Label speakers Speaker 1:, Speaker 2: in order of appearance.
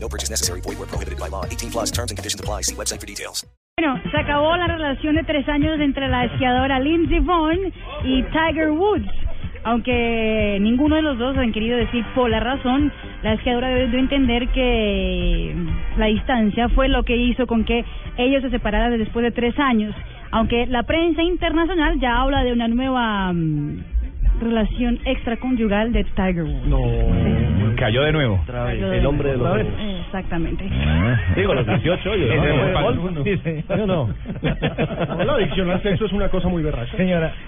Speaker 1: No purchase necessary. Void where prohibited by law. 18 plus terms and conditions apply. See website for details.
Speaker 2: Bueno, se acabó la relación de tres años entre la esquiadora Lindsey Vonn y Tiger Woods. Aunque ninguno de los dos han querido decir por la razón, la esquiadora debe entender que la distancia fue lo que hizo con que ellos se separaran después de tres años. Aunque la prensa internacional ya habla de una nueva mm, relación extraconyugal de Tiger Woods.
Speaker 3: Cayó de nuevo.
Speaker 2: El hombre de los Exactamente.
Speaker 3: Digo, los 18, oye.
Speaker 4: Ese fue el
Speaker 3: Para el
Speaker 4: golf.
Speaker 3: mundo.
Speaker 4: Yo no.
Speaker 3: No,
Speaker 4: La adicción al sexo es una cosa muy berraca.
Speaker 3: Señora.